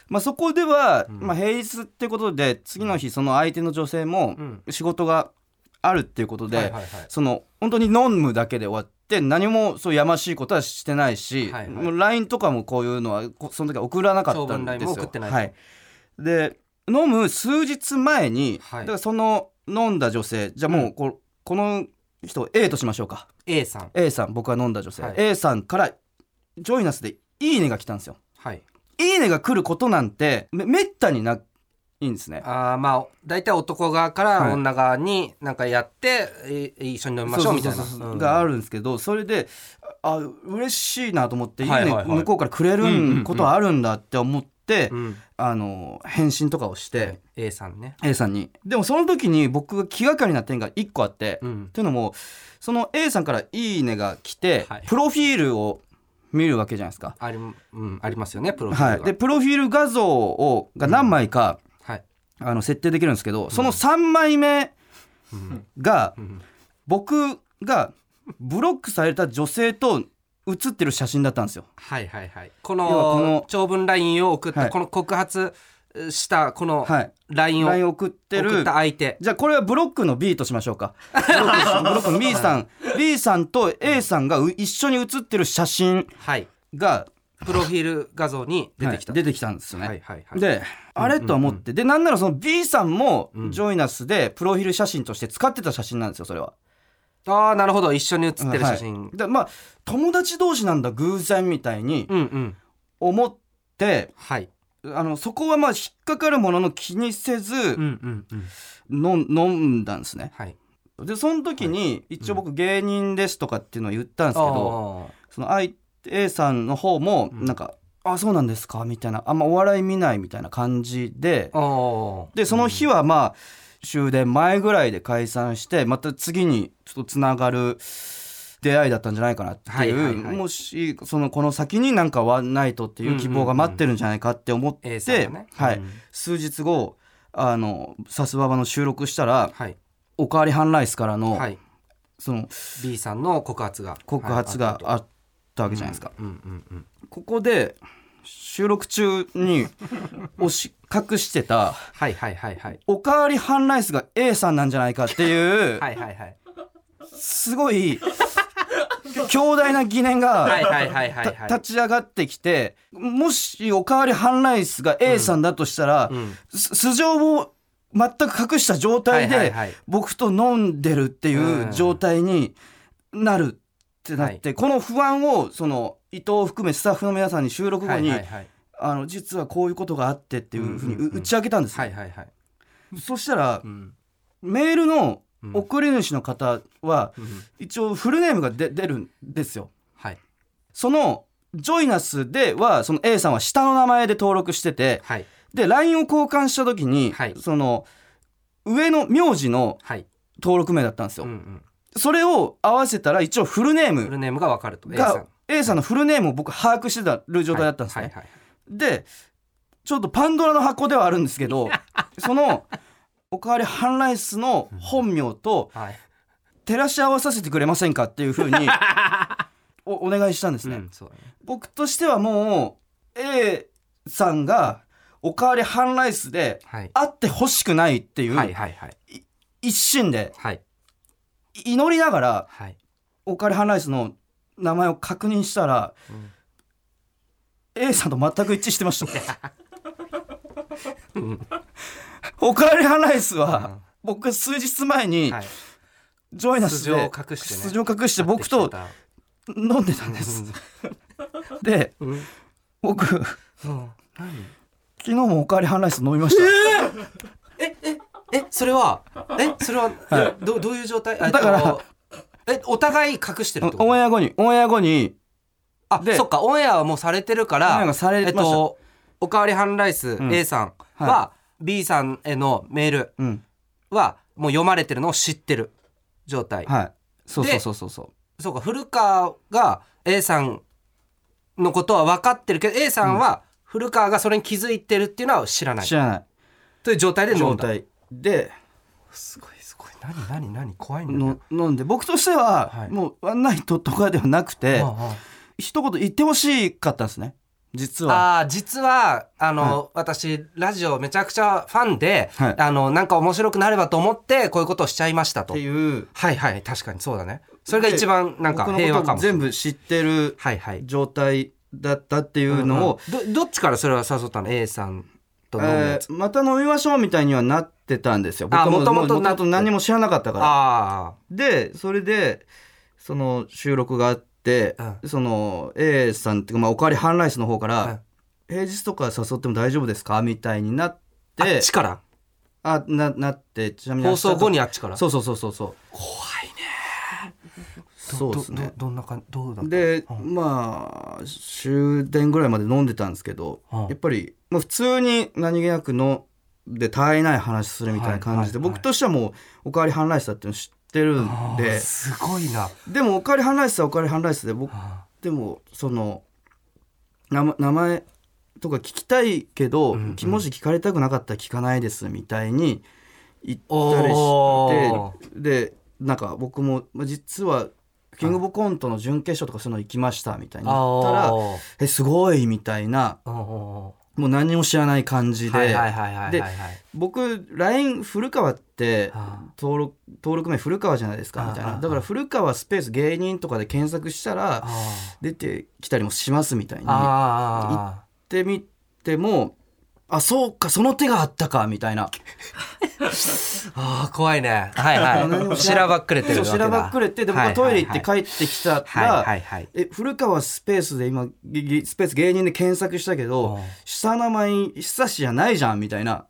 Speaker 2: まあ、そこでは、
Speaker 1: ん
Speaker 2: まあ、平日ってことで次の日その相手の女性も
Speaker 1: うん
Speaker 2: 仕事があるっていうことで、
Speaker 1: はいはいはい
Speaker 2: その本当に飲むだけで終わって何もそうやましいことはしてないし、
Speaker 1: はいはい
Speaker 2: もう LINE とかもこういうのはこその時は送らなかった
Speaker 1: 長
Speaker 2: ん
Speaker 1: 文 LINE
Speaker 2: ですよ。
Speaker 1: も送ってないと
Speaker 2: はい、で飲む数日前に、
Speaker 1: はい
Speaker 2: だからその飲んだ女性じゃあもうこ,、この人を A としましょうか
Speaker 1: A さん
Speaker 2: A さん僕が飲んだ女性、
Speaker 1: はい
Speaker 2: A さんからジョイナスで「いいね」が来たんですよ。
Speaker 1: はい
Speaker 2: いいねが来ることなんてめめったにないんですね。
Speaker 1: あーまあ大体男側から女側になんかやって、い一緒に飲みましょうみたいな
Speaker 2: そうそうそうそう
Speaker 1: うん
Speaker 2: があるんですけどそれであ嬉しいなと思って、いいね
Speaker 1: はいはいはい
Speaker 2: 向こうからくれる
Speaker 1: うんうんうん
Speaker 2: んことあるんだって思って、
Speaker 1: うん
Speaker 2: あの返信とかをして、
Speaker 1: A さんね
Speaker 2: A さんにでもその時に僕が気がかりな点が1個あって、
Speaker 1: う
Speaker 2: っ
Speaker 1: ん
Speaker 2: ていうのもその A さんから「いいね」が来て、
Speaker 1: はい
Speaker 2: プロフィールを見るわけじゃないですか。
Speaker 1: あり,、うん、ありますよねプロフィー
Speaker 2: は
Speaker 1: ル
Speaker 2: い、
Speaker 1: が
Speaker 2: でプロフィール画像をが何枚か、
Speaker 1: はい
Speaker 2: あの設定できるんですけどその3枚目が、
Speaker 1: うん
Speaker 2: 僕がブロックされた女性と写ってる写真だったんですよ
Speaker 1: はいはいはいこ
Speaker 2: 要はこ
Speaker 1: の
Speaker 2: の
Speaker 1: 長文 LINE を送った、
Speaker 2: はい
Speaker 1: この告発したこの
Speaker 2: はい
Speaker 1: LINE を
Speaker 2: LINE 送って
Speaker 1: 送っ
Speaker 2: る
Speaker 1: た相手
Speaker 2: じゃあこれはブロックの B としましょうかブロックブロックの B さん B さんと A さんがう一緒に写ってる写真
Speaker 1: はい
Speaker 2: が
Speaker 1: プロフィール画像に出てきた、
Speaker 2: はい出てきたんですよね、
Speaker 1: はいはいはい
Speaker 2: であれとは思って、でなんならその B さんもジョイナスでプロフィール写真として使ってた写真なんですよそれは。
Speaker 1: ああなるほど一緒に写ってる写真、
Speaker 2: はいでまあ友達同士なんだ偶然みたいに
Speaker 1: うんうん
Speaker 2: 思って、
Speaker 1: はい
Speaker 2: あのそこはまあ引っかかるものの気にせず、
Speaker 1: うんうんうん
Speaker 2: の飲んだんですね。
Speaker 1: はい
Speaker 2: でその時に一応僕芸人ですとかっていうのは言ったんですけど、
Speaker 1: あ
Speaker 2: その相手 A さんの方も
Speaker 1: うん
Speaker 2: なんか「あそうなんですか」みたいなあんまお笑い見ないみたいな感じで
Speaker 1: ーあー
Speaker 2: でその日はまあ終電前ぐらいで解散してまた次にちょっとつながる出会いだったんじゃないかなっていう、
Speaker 1: はいはいはい
Speaker 2: もしそのこの先になんかワンナイトっていう希望が待ってるんじゃないかって思っ
Speaker 1: A
Speaker 2: て、
Speaker 1: さんがね
Speaker 2: はい
Speaker 1: うん
Speaker 2: 数日後あの「さすばば」の収録したら
Speaker 1: はい
Speaker 2: 「おかわりハンライス」からの,、
Speaker 1: はい
Speaker 2: その
Speaker 1: B さんの告発が
Speaker 2: 告発
Speaker 1: はいあ
Speaker 2: が
Speaker 1: ったと
Speaker 2: あったわけじゃないですか。
Speaker 1: うんうんうん
Speaker 2: ここで収録中 に押し隠してた
Speaker 1: はいはいはいはい
Speaker 2: 「おかわりハンライス」が A さんなんじゃないかっていう。
Speaker 1: はいはいはい
Speaker 2: すごい強大な疑念が
Speaker 1: はいはいはいはい
Speaker 2: た
Speaker 1: はい
Speaker 2: 立ち上がってきてもしおかわりハンライスが A さんだとしたら、
Speaker 1: うん
Speaker 2: す素性を全く隠した状態
Speaker 1: はい
Speaker 2: で
Speaker 1: はいはい
Speaker 2: 僕と飲んでるっていう状態になるってなって、この不安をその伊藤を含めスタッフの皆さんに収録後に、
Speaker 1: はいはい
Speaker 2: あの実はこういうことがあってっていうふうに
Speaker 1: うんうんうん
Speaker 2: 打ち明けたんですよ、
Speaker 1: はいはいはい
Speaker 2: そしたら
Speaker 1: うん
Speaker 2: メールの
Speaker 1: うん
Speaker 2: 送り主の方は
Speaker 1: うん
Speaker 2: 一応フルネームが出出るんですよ。
Speaker 1: はい
Speaker 2: そのジョイナスではその A さんは下の名前で登録してて
Speaker 1: はい
Speaker 2: で LINE を交換した時に、
Speaker 1: はい
Speaker 2: その上の名字の
Speaker 1: はい
Speaker 2: 登録名だったんですよ、
Speaker 1: うんうん
Speaker 2: それを合わせたら一応フルネー
Speaker 1: フ
Speaker 2: ム
Speaker 1: ルネームがわかると A さん
Speaker 2: が A さんのフルネームを僕把握してたる状態だったんですね、
Speaker 1: はいはい
Speaker 2: でちょっとパンドラの箱ではあるんですけ どそのおかわりハンライスの本名と
Speaker 1: はいはい
Speaker 2: 照らし合わさせてくれませんかっていうふ うにおお願いしたんですね、
Speaker 1: うんそうだね
Speaker 2: 僕としてはもう A さんがおかわりハンライスで
Speaker 1: はい
Speaker 2: 会ってほしくないってい
Speaker 1: はいうはいはい
Speaker 2: 一心で
Speaker 1: はい
Speaker 2: 祈りながら
Speaker 1: はい
Speaker 2: おかわりハンライスの名前を確認したら
Speaker 1: うん
Speaker 2: A さんと全く一致してま した
Speaker 1: ん
Speaker 2: おかわりハンライス
Speaker 1: うん
Speaker 2: は僕数日前に
Speaker 1: はい
Speaker 2: ジョイナス
Speaker 1: 素性を
Speaker 2: で
Speaker 1: 隠してね
Speaker 2: 素性を隠して僕と飲んでたんですで
Speaker 1: うんうん
Speaker 2: 僕昨
Speaker 1: うん
Speaker 2: 日もおかわりハンライス飲みました
Speaker 1: えそれはえそれは、えどどういう状態あ
Speaker 2: だから
Speaker 1: えっとえお互い隠してるってこ
Speaker 2: オン
Speaker 1: と
Speaker 2: エア後にオンエア後に
Speaker 1: あ
Speaker 2: で
Speaker 1: そっかオンエアはもうされてるから
Speaker 2: オンエアがされました
Speaker 1: えっとおかわりハンライス、
Speaker 2: ん
Speaker 1: A さんは、
Speaker 2: は
Speaker 1: B さんへのメール
Speaker 2: うん
Speaker 1: はもう読まれてるのを知ってる状態、
Speaker 2: はいそう
Speaker 1: で
Speaker 2: そうそうそうそう
Speaker 1: そうか古川が A さんのことは分かってるけど A さんは古川がそれに気づいてるっていうのは知らない、
Speaker 2: 知らない
Speaker 1: という状態で飲
Speaker 2: 状
Speaker 1: んだ
Speaker 2: 態です
Speaker 1: ごいすごい何何何怖いんだけど
Speaker 2: の飲んで僕として
Speaker 1: は
Speaker 2: はいもうワンナイトとかではなくて
Speaker 1: ああ
Speaker 2: 一言言ってほしかったんですね実は
Speaker 1: あー実はあの、私ラジオめちゃくちゃファンで、
Speaker 2: はい
Speaker 1: あのなんか面白くなればと思ってこういうことをしちゃいました
Speaker 2: っ
Speaker 1: と
Speaker 2: ていう
Speaker 1: はいはい確かにそうだねそれが一番なんか
Speaker 2: 僕
Speaker 1: 平
Speaker 2: の
Speaker 1: 和
Speaker 2: こと
Speaker 1: か
Speaker 2: を
Speaker 1: も
Speaker 2: 全部知ってる
Speaker 1: はいはい
Speaker 2: 状態だったっていうのを、
Speaker 1: うんうんどどっちからそれは誘ったの A さんと飲む
Speaker 2: え
Speaker 1: やつ、
Speaker 2: ーまた飲みましょうみたいにはなってたんですよ僕
Speaker 1: あ
Speaker 2: はも
Speaker 1: も
Speaker 2: う
Speaker 1: と
Speaker 2: も
Speaker 1: も
Speaker 2: も
Speaker 1: と
Speaker 2: と
Speaker 1: な
Speaker 2: もと何も知らなかったから
Speaker 1: あ
Speaker 2: でそれでその収録があって、その A さんっていうか、まあ、おかわりハンライスの方から、平日とか誘っても大丈夫ですかみたいになっ
Speaker 1: ああってちから
Speaker 2: あななってちなみに
Speaker 1: 放
Speaker 2: 明日と
Speaker 1: 送後にあっちから
Speaker 2: そうそうそうそうそう
Speaker 1: ど
Speaker 2: 怖いねそうです
Speaker 1: ど
Speaker 2: ね
Speaker 1: どどんな感じどうだった
Speaker 2: で、
Speaker 1: うん
Speaker 2: まあ終電ぐらいまで飲んでたんですけど、
Speaker 1: うん
Speaker 2: やっぱり、まあ、普通に何気なく飲んで絶えない話するみたいな感じで、
Speaker 1: はいはいはい
Speaker 2: 僕としてはもうおかわりハンライスだっていうの知ってるん
Speaker 1: あー
Speaker 2: です
Speaker 1: ごいな
Speaker 2: でもおかわりハンライスはおかわりハンライスで僕
Speaker 1: あ
Speaker 2: でもその名前名前とか聞きたいけど、
Speaker 1: うんうん
Speaker 2: もし聞かれたくなかったら聞かないですみたいに言ったり
Speaker 1: お
Speaker 2: してでなんか僕もまあ実はキングオブコントの準決勝とかそういうの行きましたみたいに
Speaker 1: あ
Speaker 2: 言ったら
Speaker 1: ー
Speaker 2: えすごいみたいな
Speaker 1: うんうんうん
Speaker 2: もう何にも知らない感じで、
Speaker 1: はいはいはいはいはい
Speaker 2: で
Speaker 1: はい
Speaker 2: 僕 LINE 古川って
Speaker 1: あ
Speaker 2: 登録登録名古川じゃないですかみたい
Speaker 1: ああ
Speaker 2: な
Speaker 1: あ
Speaker 2: だから古川スペース芸人とかで検索したら
Speaker 1: あ
Speaker 2: 出てきたりもしますみたいに行っ
Speaker 1: あ
Speaker 2: てみてもあそうかその手があったかみたいな
Speaker 1: ーあー怖いねはいはいしらばっくれてる
Speaker 2: そ
Speaker 1: わけ
Speaker 2: う
Speaker 1: だ
Speaker 2: しらばっくれてで僕
Speaker 1: は
Speaker 2: は
Speaker 1: は
Speaker 2: い
Speaker 1: い
Speaker 2: ト
Speaker 1: はい
Speaker 2: イレ行って帰ってき
Speaker 1: は
Speaker 2: た
Speaker 1: いは
Speaker 2: ら
Speaker 1: いはい
Speaker 2: え古川スペースで今ぎぎスペース芸人で検索したけ
Speaker 1: う
Speaker 2: ど
Speaker 1: ん
Speaker 2: 下名前久志じゃないじゃんみたいな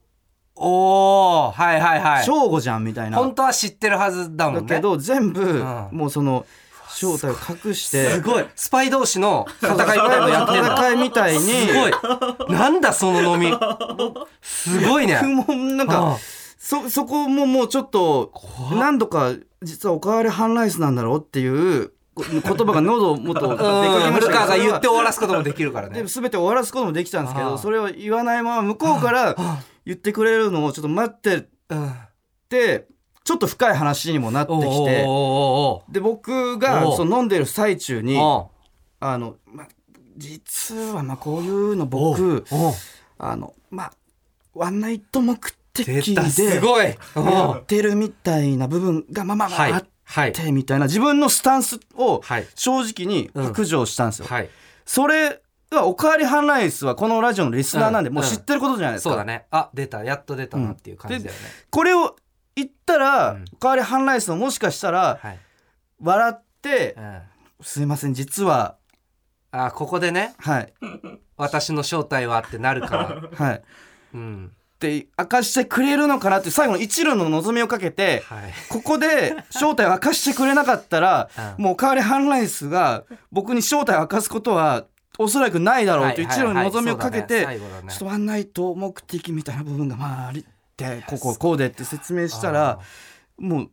Speaker 1: おおはいはいはい
Speaker 2: 省吾じゃんみたいな
Speaker 1: 本当は知ってるはずだもん
Speaker 2: だ
Speaker 1: ね
Speaker 2: けど全部
Speaker 1: ん
Speaker 2: もうその正体を隠して
Speaker 1: すごいスパイ同士の戦いみたいなのやってんだ
Speaker 2: 戦いみたいに
Speaker 1: すごいなんだその飲みすごいね
Speaker 2: 僕もなん
Speaker 1: あ
Speaker 2: かそそこももうちょっと何度か実は「おかわりハンライスなんだろ?」うっていう こ言葉が喉をもっと出か
Speaker 1: う
Speaker 2: け
Speaker 1: ん
Speaker 2: まし
Speaker 1: 古
Speaker 2: たけど
Speaker 1: 川が
Speaker 2: それは
Speaker 1: 言って終わらすこともできるからね
Speaker 2: で全て終わらすこともできたんですけ
Speaker 1: あー
Speaker 2: どそれを言わないまま向こうから言ってくれるのをちょっと待ってっ
Speaker 1: うん
Speaker 2: てちょっと深い話にもなって
Speaker 1: おー
Speaker 2: き
Speaker 1: おー
Speaker 2: て
Speaker 1: お
Speaker 2: で僕が
Speaker 1: おう
Speaker 2: その飲んでる最中
Speaker 1: ー
Speaker 2: に
Speaker 1: お
Speaker 2: あの、ま、実はまこういうの
Speaker 1: ー
Speaker 2: 僕
Speaker 1: おーおー
Speaker 2: あのまあワンナイト目的
Speaker 1: 出たす
Speaker 2: で
Speaker 1: ごいうん
Speaker 2: やってるみたいな部分がまあまあまあ
Speaker 1: はい
Speaker 2: あっ
Speaker 1: はい
Speaker 2: てみたいな自分のスタンスを
Speaker 1: はい
Speaker 2: 正直に白状したんですよ。
Speaker 1: はい
Speaker 2: それは「おかわりハンライス」はこのラジオのリスナーなんで
Speaker 1: うん
Speaker 2: もう知ってることじゃないですか。
Speaker 1: そうだねあ出たやっと出たなっていう感じだよね
Speaker 2: これを言ったら
Speaker 1: うん
Speaker 2: 「おかわりハンライス」ももしかしたら
Speaker 1: はい
Speaker 2: 笑って
Speaker 1: うん
Speaker 2: 「すいません実は
Speaker 1: あここでね
Speaker 2: はい
Speaker 1: 私の正体はってなるから
Speaker 2: はい」
Speaker 1: うん
Speaker 2: って明かしてくれるのかなっていう最後の一縷の望みをかけて
Speaker 1: はい
Speaker 2: こ こで正体を明かしてくれなかったら、
Speaker 1: うん
Speaker 2: もうおかわりハンライスが僕に正体を明かすことはおそらくないだろうという一路の望みをかけて、
Speaker 1: はいはいはいそうだね
Speaker 2: ちょっ
Speaker 1: 最後
Speaker 2: と
Speaker 1: だね
Speaker 2: ワンナイト目的みたいな部分がまあありってこうこうこうでって説明したらもう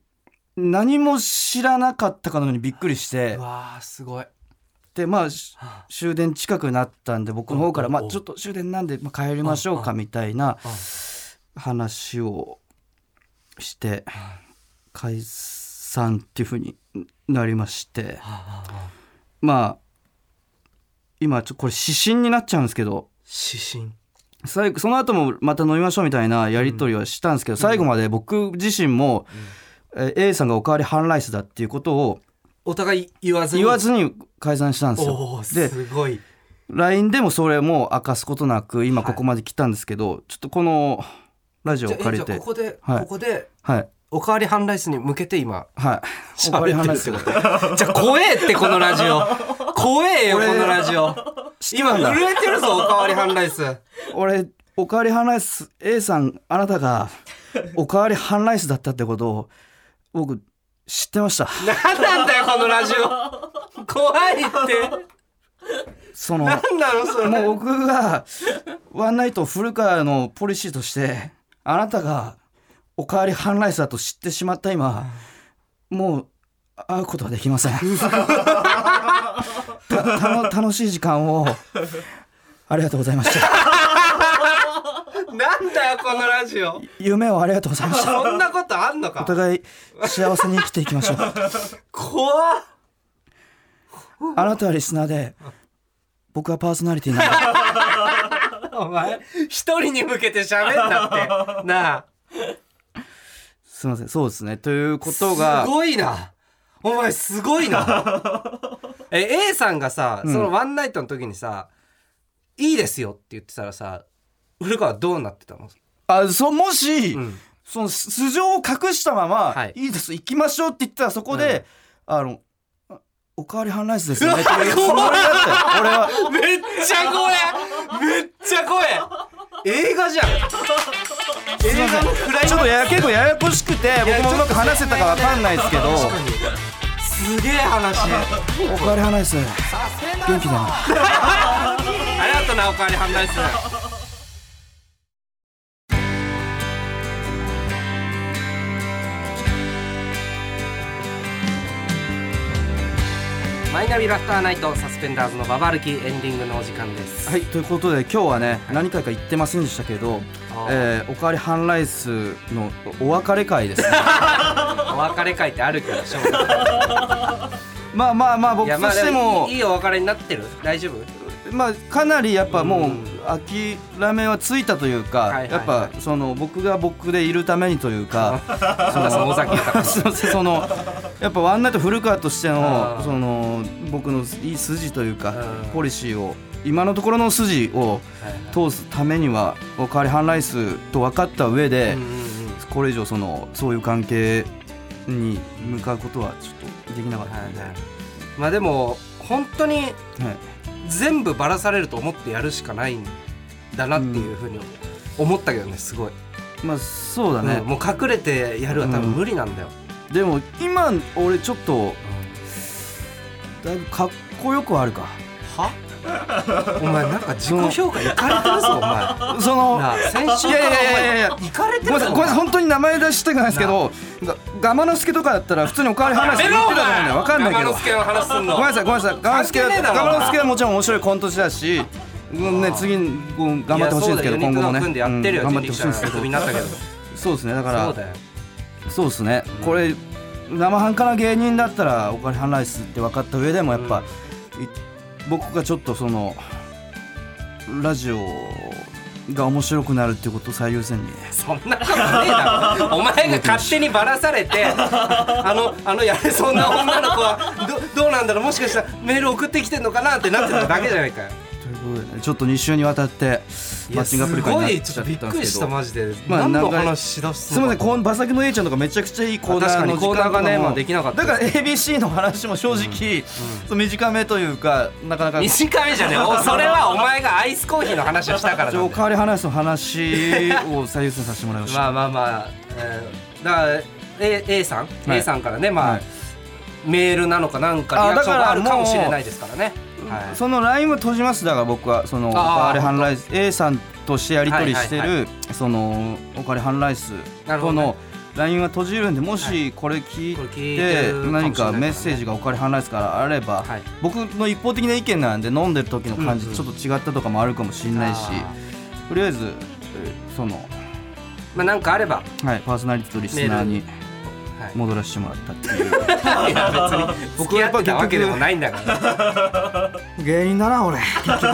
Speaker 2: 何も知らなかったかのようにびっくりし
Speaker 1: あー
Speaker 2: て
Speaker 1: うわーすごい
Speaker 2: でまあし
Speaker 1: は
Speaker 2: 終電近くなったんで僕の方から
Speaker 1: う
Speaker 2: 「
Speaker 1: んうん
Speaker 2: ま
Speaker 1: うん
Speaker 2: あ、ちょっと終電なんでまあ帰りましょうか」みたいな
Speaker 1: うん
Speaker 2: 話をして解散っていうふうになりまして
Speaker 1: あああ
Speaker 2: まあ今ちょこれ指針になっちゃうんですけど
Speaker 1: 指針
Speaker 2: 最後その後もまた飲みましょうみたいなやり取りはしたんですけど、最後まで僕自身も、えー A さんがおかわりハンライスだっていうことを
Speaker 1: お互い言わずに
Speaker 2: 言わずに解散したんです
Speaker 1: お
Speaker 2: よ
Speaker 1: お。
Speaker 2: です
Speaker 1: ごい
Speaker 2: LINE でもそれも明かすことなく今ここまで来たんですけど、ちょっとこのラジオ
Speaker 1: じ
Speaker 2: を
Speaker 1: ゃあ
Speaker 2: 借
Speaker 1: じ
Speaker 2: り
Speaker 1: ゃあ
Speaker 2: て
Speaker 1: ここで
Speaker 2: はい
Speaker 1: ここで
Speaker 2: はい
Speaker 1: おかわりハンライスに向けて今
Speaker 2: はいお
Speaker 1: 喋
Speaker 2: かわりハンライ
Speaker 1: って
Speaker 2: スって
Speaker 1: る
Speaker 2: こと
Speaker 1: じゃあ怖えってこのラジオ怖えよこのラジオ今
Speaker 2: んだ
Speaker 1: 震えてるぞおかわりハンライス
Speaker 2: 俺おかわりハンライス A さんあなたがおかわりハンライスだったってことを僕知ってました
Speaker 1: 何なんだよこのラジオ怖いって
Speaker 2: その
Speaker 1: 何なのそれ
Speaker 2: もう僕がワンナイト古川のポリシーとしてあなたがおかわりハンライスだと知ってしまった今もう会うことはできま せんたたの楽しい時間をありがとうございました
Speaker 1: なんだよこのラジオ
Speaker 2: 夢をありがとうございました
Speaker 1: そんなことあんのか
Speaker 2: お互い幸せに生きていきましょう
Speaker 1: 怖っ
Speaker 2: あなたはリスナーで僕はパーソナリティな んだ
Speaker 1: お前一人に向けて喋んなってなあ
Speaker 2: すいませんそうですねということ
Speaker 1: す
Speaker 2: が
Speaker 1: ごいなお前すごいな え A さんがさそのワンナイトの時にさ「いいですよ」って言ってたらさ古川どうなってたの、
Speaker 2: あそもし、
Speaker 1: うん
Speaker 2: その素性を隠したまま「
Speaker 1: はい
Speaker 2: い、いです行きましょう」って言ったらそこで「あのあおかわりハンライスですよ
Speaker 1: う
Speaker 2: ね」っ
Speaker 1: わ
Speaker 2: て言うつもりだったよ俺は
Speaker 1: めっちゃ怖えめっちゃ怖え映画じゃん映画のフライ
Speaker 2: ちょっとやや結構ややこしくて僕もうまく話せたかわかんないですけど
Speaker 1: 確かにすげえ話
Speaker 2: 「おかわりハンライス元気だな」
Speaker 1: ありがとうなおかわり反対するマイナビラフターナイトサスペンダーズのババ歩きエンディングのお時間です
Speaker 2: はいということで今日はね何回か言ってませんでしたけど
Speaker 1: あー
Speaker 2: 「えーおかわりハンライス」の お別れ会ですね
Speaker 1: お別れ会ってあるからしょうがない
Speaker 2: まあまあまあ
Speaker 1: い
Speaker 2: 僕
Speaker 1: やまあ
Speaker 2: として
Speaker 1: でも
Speaker 2: も
Speaker 1: いいいいお別れになってる大丈夫
Speaker 2: まあかなりやっぱもう
Speaker 1: うん
Speaker 2: 諦めはついたとい
Speaker 1: はい
Speaker 2: う
Speaker 1: はい
Speaker 2: か
Speaker 1: はい
Speaker 2: やっぱその僕が僕でいるためにという か
Speaker 1: そんなその尾崎豊
Speaker 2: すいませんそのやっぱワンナイト古川として
Speaker 1: あ
Speaker 2: の
Speaker 1: ー
Speaker 2: その僕のいい筋というか
Speaker 1: うん
Speaker 2: ポリシーを今のところの筋を通すためにはおかわりハンライスと分かった上で
Speaker 1: うんうんうん
Speaker 2: これ以上そのそういう関係に向かうことはちょっとできなかったので。
Speaker 1: はいはいまあでも本当に
Speaker 2: はい
Speaker 1: 全部ばらされると思ってやるしかないんだなっていうふうに思ったけどねすごい、
Speaker 2: まあそうだ
Speaker 1: ね
Speaker 2: ね、
Speaker 1: もう隠れてやるは多分無理なんだよ、
Speaker 2: でも今俺ちょっとだいぶかっこよくはあるか
Speaker 1: は お前なんか自己評価いかれてる ぞお前な
Speaker 2: その
Speaker 1: あ先週
Speaker 2: い
Speaker 1: か
Speaker 2: や
Speaker 1: ら
Speaker 2: いやいやいや いや
Speaker 1: お前いかれて
Speaker 2: ごめ
Speaker 1: るぞ
Speaker 2: んなさい
Speaker 1: お
Speaker 2: ごめんなさい
Speaker 1: 前
Speaker 2: 本当に名前出してないですけどがガマの助とかだったら普通におかわり話して言ってたじゃないのわかんないけ
Speaker 1: 山
Speaker 2: ど
Speaker 1: 之助の話すんの
Speaker 2: ごめんなさいごめんなさいガマの助
Speaker 1: 関係ねえだろ
Speaker 2: ガマの助はもちろん面白いコント師だしうんね次こう頑張ってほしいんですけど
Speaker 1: いや
Speaker 2: 今後
Speaker 1: そうだ
Speaker 2: もね
Speaker 1: よユニクロ組んでやってるよ、
Speaker 2: うん頑張ってほしいんですけ
Speaker 1: 人力車の
Speaker 2: ど
Speaker 1: 組になったけど
Speaker 2: そうですねだか
Speaker 1: そう
Speaker 2: ら
Speaker 1: だよ
Speaker 2: そうですねこれ生半可な芸人だったらおかわりハンライスって分かった上でもやっぱい僕がちょっとそのラジオが面白くなるっていうことを最優先に
Speaker 1: そんなことねえだろお前が勝手にばらされてあのあのやれそうな女の子はどどうなんだろうもしかしたらメール送ってきてんのかなってなってただけじゃないかよ
Speaker 2: ということでねちょっと2週にわたって
Speaker 1: い
Speaker 2: マ
Speaker 1: や
Speaker 2: ッチ
Speaker 1: す
Speaker 2: ングアプリ会に
Speaker 1: ご
Speaker 2: なっちゃ
Speaker 1: い
Speaker 2: っ
Speaker 1: ち
Speaker 2: た
Speaker 1: ょっとびっ
Speaker 2: ん
Speaker 1: く
Speaker 2: で
Speaker 1: り
Speaker 2: す
Speaker 1: し
Speaker 2: け
Speaker 1: た
Speaker 2: ど
Speaker 1: マジで、
Speaker 2: まあ
Speaker 1: 何の
Speaker 2: 長い
Speaker 1: 話しだす
Speaker 2: すみ
Speaker 1: の
Speaker 2: ませ
Speaker 1: か
Speaker 2: んこん馬先の A ちゃんとかめちゃくちゃいいコーナーの
Speaker 1: 確かにコーナーがねまあできなかった
Speaker 2: だから ABC の話も正直、そう短めというかなかなか
Speaker 1: 短めじゃねえおそれはお前がアイスコーヒーの話をしたからなん
Speaker 2: お
Speaker 1: だよ
Speaker 2: かわり話の話を最優先させてもらいました、
Speaker 1: まあまあまあ、えー、だから A, A さん、
Speaker 2: はい
Speaker 1: A さんからねまあ、
Speaker 2: はい
Speaker 1: メールなのかなんか
Speaker 2: あ
Speaker 1: リアクションがある
Speaker 2: だ
Speaker 1: か
Speaker 2: か
Speaker 1: ら
Speaker 2: も
Speaker 1: もし
Speaker 2: う
Speaker 1: れないですからねはい
Speaker 2: その LINE を閉じますだから僕はその
Speaker 1: あ
Speaker 2: おか
Speaker 1: ー
Speaker 2: わりハンライス A さんとしてやり取りしてる、
Speaker 1: はいは
Speaker 2: そのおかわりハンライス
Speaker 1: なるほ
Speaker 2: と
Speaker 1: どね
Speaker 2: の LINE は閉じるんでも
Speaker 1: は
Speaker 2: しこれ聞い
Speaker 1: これ聞いて
Speaker 2: で
Speaker 1: るかもしれない
Speaker 2: 何か
Speaker 1: からね
Speaker 2: メッセージがおかわりハンライスからあれば、
Speaker 1: はい
Speaker 2: 僕の一方的な意見なんで飲んでる時の感じ
Speaker 1: うん
Speaker 2: と
Speaker 1: うん
Speaker 2: ちょっと違ったとかもあるかもしれないし、
Speaker 1: あ
Speaker 2: とりあえずえその、
Speaker 1: ーまあなんかあれば
Speaker 2: はい、パーソナリティとリスナー
Speaker 1: は
Speaker 2: に
Speaker 1: い
Speaker 2: 戻らせてもらったっていう
Speaker 1: いや別に付き合ってたわけでもないんだから
Speaker 2: 芸人だな俺 結局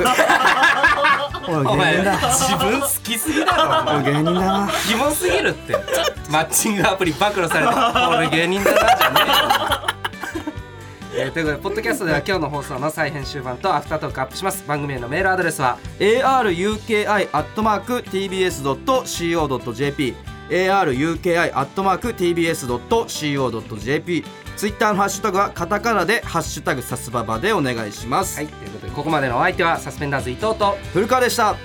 Speaker 1: お
Speaker 2: 俺
Speaker 1: 前
Speaker 2: 芸人だ
Speaker 1: 自分好きすぎだろお前
Speaker 2: 俺芸人だな
Speaker 1: キモすぎるってマッチングアプリ暴露された俺芸人だなじゃね えよえーということでポッドキャストでは今日の放送の再編集版とアフタートークアップします番組へのメールアドレスは
Speaker 2: aruki.tbs.co.jp aruki.tbs.co.jp ツイッターのハッシュタグはカタカナで「ハッシュタグさすばば」でお願いします、
Speaker 1: はいということでここまでのお相手はサスペンダーズ伊藤と
Speaker 2: 古川でした